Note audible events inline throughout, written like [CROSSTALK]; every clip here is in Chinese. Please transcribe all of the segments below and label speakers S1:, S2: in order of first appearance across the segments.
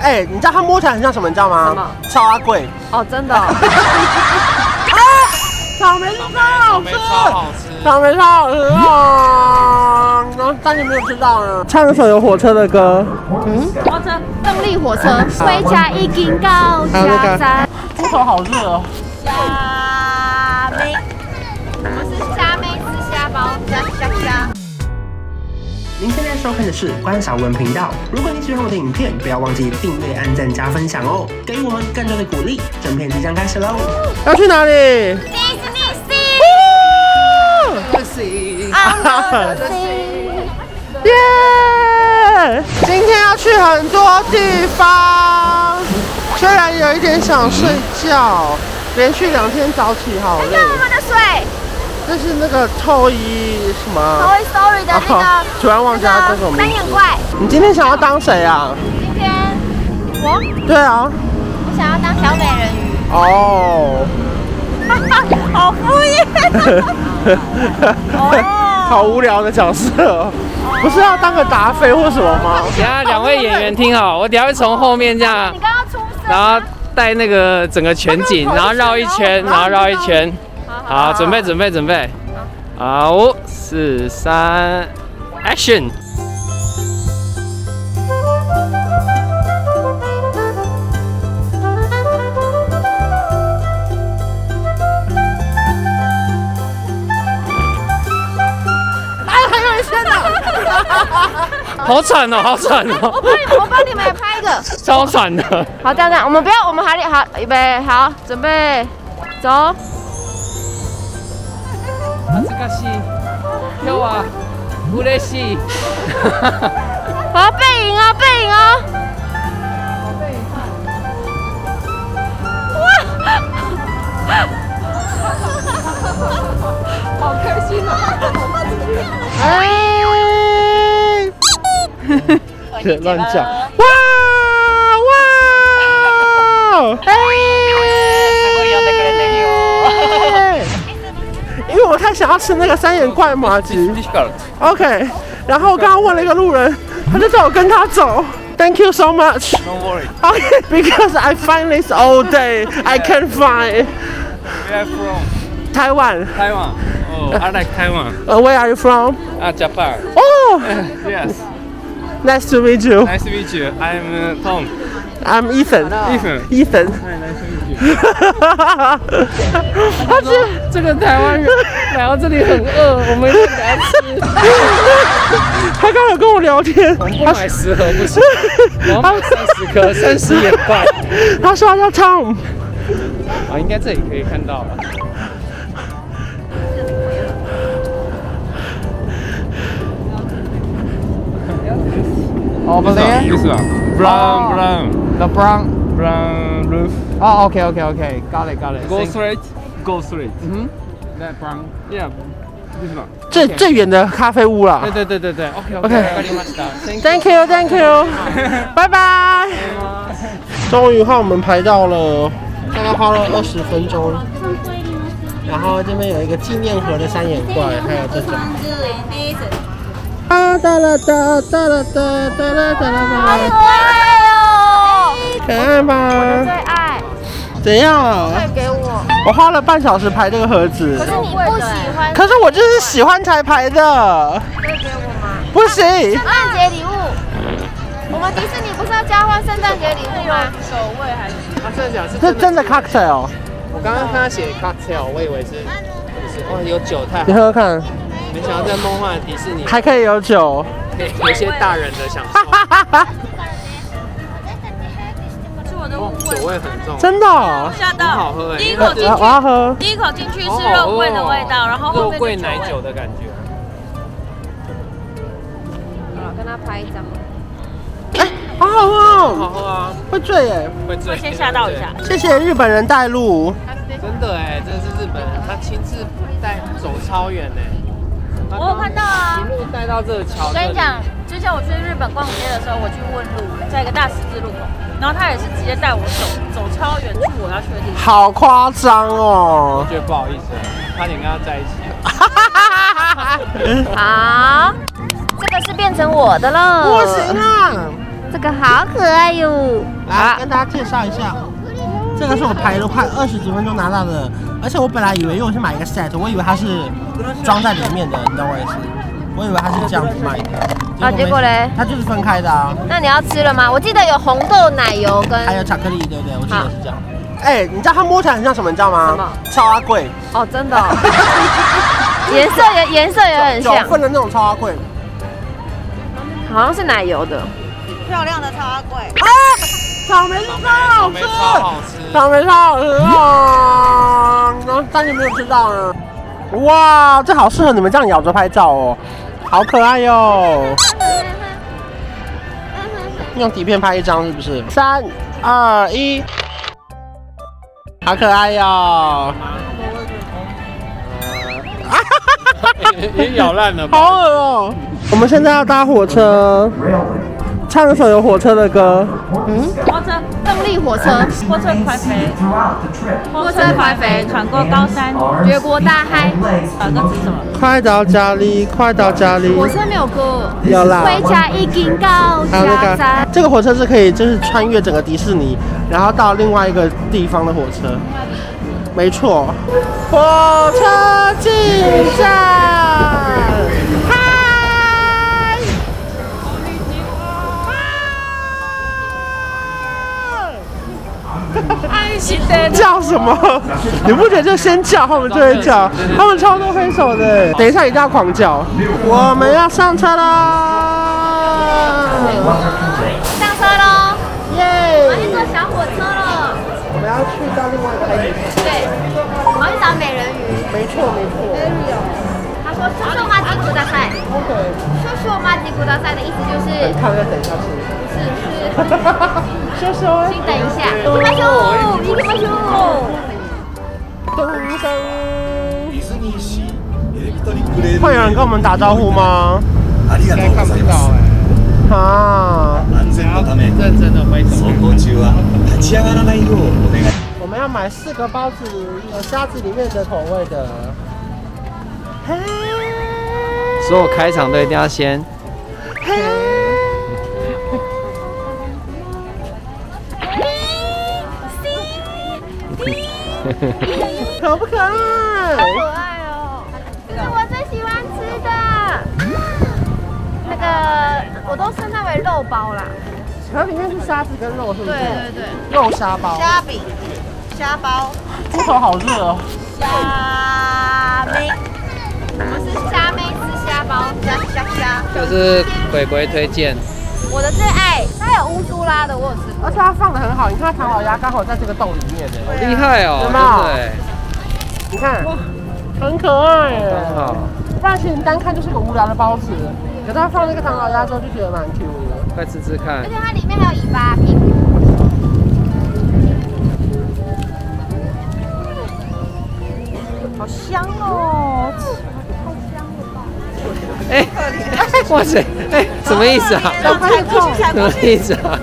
S1: 哎、你知道它摸起来很像什么，你知道吗？
S2: 什么？
S1: 超阿贵。
S2: 哦，真的哦、哎
S1: 草莓超好吃，
S3: 超好吃。
S1: 草莓超好吃啊！但你没有吃到呢。唱一首有火车的歌，
S2: 火车，动力火车，回家已经到
S1: 还有那个
S2: 家站。
S1: 猪头好热哦。
S2: 虾妹，我们是虾妹吃虾包，虾虾虾。
S1: 您现在收看的是关少文频道。如果你喜欢我的影片，不要忘记订阅、按赞、加分享哦，给予我们更多的鼓励。整片即将开始喽！要去哪里？
S2: 迪士尼 sea，
S1: 耶！今天要去很多地方，虽然有一点想睡觉，连续两天早起好累。
S2: 我们的水
S1: 这是那个透一什么？
S2: ，Toy Story 的那
S1: 啊
S2: 个，
S1: 突然忘记它叫什么名
S2: 那个三
S1: 字
S2: 眼怪。
S1: 你今天想要当谁啊？
S2: 今天我
S1: 对啊。
S2: 我想要当小美人鱼，
S1: 哦。
S2: 好敷
S4: [LAUGHS]
S2: 衍。
S1: [LAUGHS] 好无聊的角色哦，不是要当个达菲或什么吗？
S3: 等下两位演员听好，我等下会从后面这样
S4: 啊
S2: 你，刚刚出声
S3: 然
S2: 啊，
S3: 后带那个整个全景，然后绕一圈，然后绕一圈。好，准备准备准备。好，五四三，Action！好喘哦，好喘哦， [LAUGHS]
S2: 我帮你们拍一个。
S3: 超喘的。
S2: 好，这样这样，我们不要，我们还得好，预备，好，准备，走。
S3: 恥ずかしい。今日は嬉しい。
S2: 我要背影哦，背影哦。
S1: 哎，乱讲，哇哇，哎， [LAUGHS] 因为我太想要吃那个三眼怪麻吉，OK，然后我刚刚问了一个路人，他就叫我跟他走。Thank you so much.
S5: Don't worry,
S1: Okay, because I find this all day. I can't find
S5: we are from
S1: Taiwan.
S3: Taiwan. Oh, I like [LAUGHS] Taiwan.
S1: Uh, where are you from?
S3: Ah, [LAUGHS] Japan.
S1: Oh,
S5: Yes,
S1: nice to meet you.
S5: nice to meet you. I'm uh, Tom.
S1: I'm Ethan.
S3: Ethan.
S1: Ethan. [LAUGHS]
S5: Hi, nice to meet you.
S1: 他是
S3: 这个
S5: [LAUGHS]
S3: 台湾人来到这里很饿，我们一定给他吃。
S1: 他刚有跟我聊天，
S3: 不
S1: 他
S3: 买十盒不行，我要买三十颗，三十也快。
S1: 他说他叫 Tom，
S3: 啊，应该这里可以看到吧？
S6: Over
S5: 不
S3: 啊
S6: there,
S5: 是吧啊
S6: Brown,
S3: 哦
S5: brown,
S6: the brown.
S5: brown roof.
S6: Oh, okay, okay, okay. Got it, got it.
S5: Go
S6: Think
S5: straight, go straight.
S3: Mm-hmm
S6: that brown.
S5: Yeah, です吧？
S1: 最最远的咖啡屋啦
S3: 对。对对对
S5: 啊
S3: 对，OK OK，
S1: OK
S3: わかりました。Thank you
S1: Thank you, Thank you，
S5: [LAUGHS]
S1: 拜拜。终于和我们排到了，大概花了二十分钟。然后这边有一个纪念盒的三眼怪，还有这种。啊哒啦哒哒啦哒哒啦哒啦
S2: 可
S1: 哒，
S2: 爱哦，
S1: 可爱
S2: 最
S1: 吧？
S2: 爱，
S1: 怎样？
S2: 快给我。
S1: 我花了半小时排这个盒子。
S2: 可是你不喜欢，
S1: 可是我就是喜欢才排的。不行，
S2: 圣诞节礼物。我们迪士尼不是要交换圣诞节礼物吗？
S6: 他这样讲是
S1: 这
S6: 真的，
S1: 真的 cocktail，
S6: 我刚刚看他写 cocktail，我以为是，不是
S3: 哦
S6: 哇，有酒太
S1: 你
S6: 好，
S1: 喝喝看，
S6: 没想到在梦幻的迪士尼
S1: 还可以有酒。 [LAUGHS]
S6: 可以有一些大人的享
S1: 哈
S5: [LAUGHS]
S1: 哈哈哈，
S3: 哦
S6: 受，酒味很重，
S1: 真的哦、
S4: 吓
S6: 很
S4: 到
S6: 好，喝哎、
S4: 第一口
S6: 欸，
S4: 进
S1: 我我
S4: 去，
S1: 要喝。
S4: 第一口进去
S6: 好
S4: 是
S6: 好喝哦
S4: 肉桂的味道，然后后
S6: 肉
S4: 面
S6: 桂
S4: 就
S6: 奶
S4: 味
S6: 酒的感觉。
S2: 我跟他拍一张。
S1: 哎、好好喝
S6: 好
S1: 哦，
S6: 喝啊，
S1: 会醉耶！
S6: 会醉。
S4: 会先吓到一下，
S1: 谢谢日本人带路。
S6: 真的哎、这是日本人，他亲自带走超远哎、他
S4: 我有看到啊
S6: 一。路带到这个桥。
S4: 我跟你，讲，之前我去日本逛街的时候，我去问路，在一个大十字路口，然后他也是直接带我走，走超远去我要去的地方。
S1: 好夸张哦！
S6: 觉得不好意思、欸，差点跟他在一起。
S2: 啊好，这个是变成我的了。
S1: 不行啊！
S2: 这个好可爱哟！
S1: 来跟大家介绍一下，这个是我排了快二十几分钟拿到的，而且我本来以为因为我是买一个 set，我以为它是装在里面的，你懂我意思？我以为它是这样子卖的。
S2: 啊结果嘞
S1: 它就是分开的啊，
S2: 那你要吃了吗？我记得有红豆奶油跟
S1: 还有巧克力，对不对？我记得是这样。哎，你知道它摸起来很像什么？你知道吗？
S2: 啊什么？
S1: 超阿贵，
S2: 哦，真的、哦， [LAUGHS] 颜色也颜色也很
S1: 九
S2: 像，
S1: 份的那种超阿贵。
S2: 好像是奶油的。
S7: 漂亮的超阿贵。
S1: 啊，草莓超好
S6: 草莓
S1: 吃，
S6: 超好吃，
S1: 草莓超嗯好吃啊！那但是没有吃到呢。哇，这好适合你们这样咬着拍照哦，好可爱哟、用底片拍一张是不是？三二一，好可爱哟、
S6: [LAUGHS]
S3: 也咬烂了吧？
S1: 好恶哦、我们现在要搭火车，唱一首有火车的歌。
S4: 火车，
S2: 动力火车，
S4: 火车快飞，火车快飞，穿过高山，
S2: 越过大海。
S4: 哪个字什么？
S1: 快到家里，快到家里。
S2: 火车没有歌，
S1: 有啦。
S2: 回家已经到
S1: 还有
S2: 家
S1: 那
S2: 站
S1: 个，。这个火车是可以就是穿越整个迪士尼，然后到另外一个地方的火车。没错。火车进站。嗨！叫什么？你不觉得就先叫，他们就会叫，他们超多挥手的。等一下一定要狂叫，我们要上车啦！
S2: 上车喽，我
S1: 耶！
S2: 去坐小火车了。
S1: 我们要去到另外一个海景。
S2: 对，我要去找美人鱼。
S1: 没错没错。
S2: 他说：“叔叔马吉古大赛，
S1: OK，
S2: 叔叔马吉古大赛的意思就是
S1: 看我再等一下吃。
S2: 是是，
S1: 说说
S2: 请等一下，行きましょう，行きましょう。”
S1: 东升。会有人跟我们打招呼吗？
S8: ありがとうございま
S1: 啊，
S8: す。安全のため、
S6: 欸
S8: 走
S6: 认真的挥手。
S8: 行中は立ち上がらないようお願い。
S1: 我们要买四个包子，有虾子里面的口味的。
S3: 所以我开场都一定要先。
S1: 可不可爱？
S2: 可爱哦，这是我最喜欢吃的。那个我都称它为肉包啦。
S1: 它里面是虾子跟肉，是不是？
S2: 对对对，
S1: 肉虾包。
S7: 虾饼、虾包、
S1: 猪头好热哦。
S7: 虾妹、
S2: 我们是虾妹吃虾包。
S7: 虾虾虾，
S3: 就是鬼鬼推荐，
S2: 我的最爱，它有乌苏拉的，我有吃过。
S1: 而且它放的很好，你看它唐老鸭刚好在这个洞里面的，
S3: 厉害哦，
S1: 有
S3: 真
S1: 没有
S3: 的耶，
S1: 你看，很可爱耶。
S3: 很好，
S1: 不然其实你单看就是个无聊的包子，可是它放那个唐老鸭之后就觉得蛮 Q 的。
S3: 快吃吃看
S2: 而且。它里面还有尾巴、屁股。
S7: 好香哦！
S3: 哎，
S6: [LAUGHS]
S3: 哇塞，哎，什么意思啊？
S7: 踩过去，踩
S3: 什
S7: 过
S3: 么
S7: 去。
S3: 意思啊？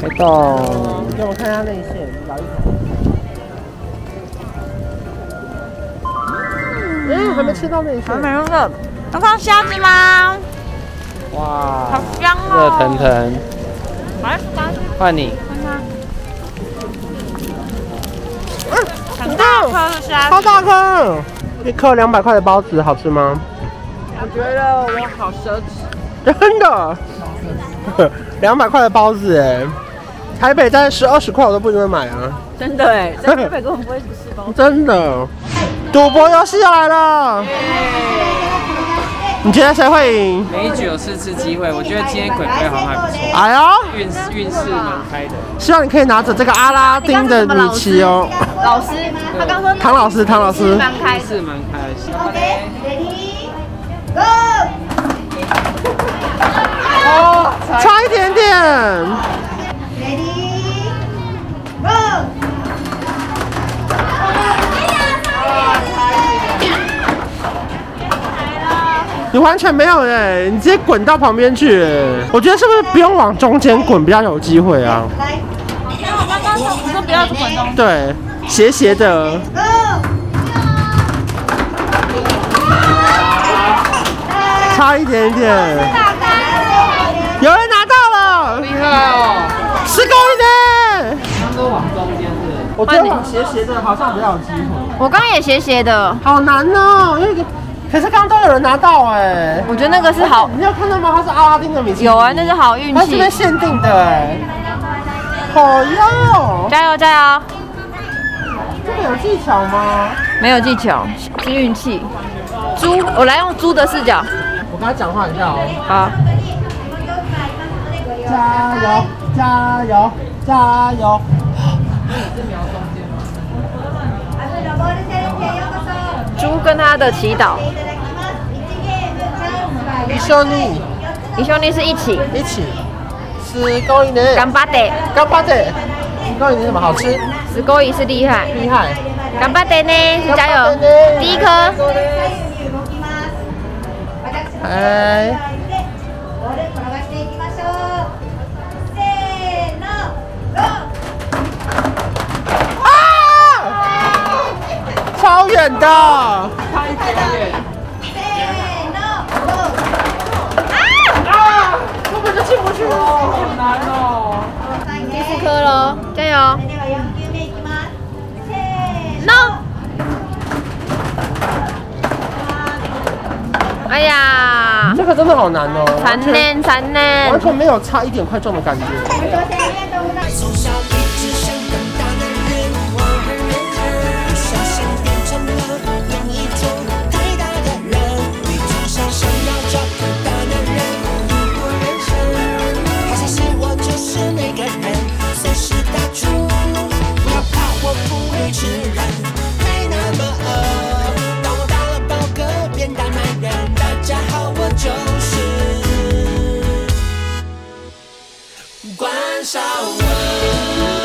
S3: 开动，
S1: 给我看一下内馅，咬一口。嗯，还没吃到内馅。
S7: 有的，能放虾子吗？
S3: 哇，
S7: 好香哦！
S3: 热腾腾。换你，
S7: 很大颗的虾
S1: 超大颗，一颗两百块的包子好吃吗？
S6: 我觉得我好奢侈。
S1: 真的， [LAUGHS] 两百块的包子哎，台北大概十二十块我都不一定会买啊。
S4: 真的
S1: [LAUGHS]
S4: 哎，在日本根本不会吃包子。
S1: 真的，赌博游戏要来了。你觉得谁会赢？
S6: 每一局有四次机会，我觉得今天鬼鬼好像还不错，
S1: 哎呦，
S6: 运势运势蛮开的。
S1: 希望你可以拿着这个阿拉丁的米奇哦。
S2: 老师，他刚说
S1: 唐老师，唐老师，
S2: 蛮开
S6: 是蛮开心。
S1: 差一点点。哎你完全没有哎、你直接滚到旁边去、哎我觉得是不是不用往中间滚比较有机会啊？
S4: 你说不要滚动，
S1: 对，斜斜的。差一点点。
S2: 大概
S1: 觉得往斜斜的好像比较有机会。
S2: 我刚刚也斜斜的，
S1: 好难哦，因为个可是刚刚都有人拿到哎、
S2: 我觉得那个是好，
S1: 你有看到吗？它是阿拉丁的米其林，
S2: 有啊，那是好运
S1: 它这
S2: 气
S1: 边。限定的哎、好哟，
S2: 加油加油！
S1: 这个有技巧吗？
S2: 没有技巧，是运气。猪，我来用猪的视角。
S1: 我跟他讲话一下哦，
S2: 好，
S1: 加油，加油，加油！
S2: 猪跟他的祈祷，
S1: 一緒に
S2: 你兄弟是一起。
S1: 一起，すごいね。
S2: 干巴得，
S1: 干巴的，你告诉你什么好吃？
S2: 石沟仪是厉害。
S1: 厉害，
S2: 干巴得呢，是加油
S1: 干巴得！呢
S2: 第一颗，
S1: 哎，超远的。
S2: 第四颗喽，加油！No！哎呀，
S1: 这个真的好难哦，
S2: 残
S1: 完全
S2: 念残念
S1: 完，全没有差一点快中的感觉。
S9: 从小一直想当大男人，我很认真，不小心变成了另一种太大的人。你总想想要找个大男人度过人生，好像是我就是那个人，随时打住，不要怕，我不会吃人，没那么饿。当我打了饱嗝变大男人，大家好，我就是关少文。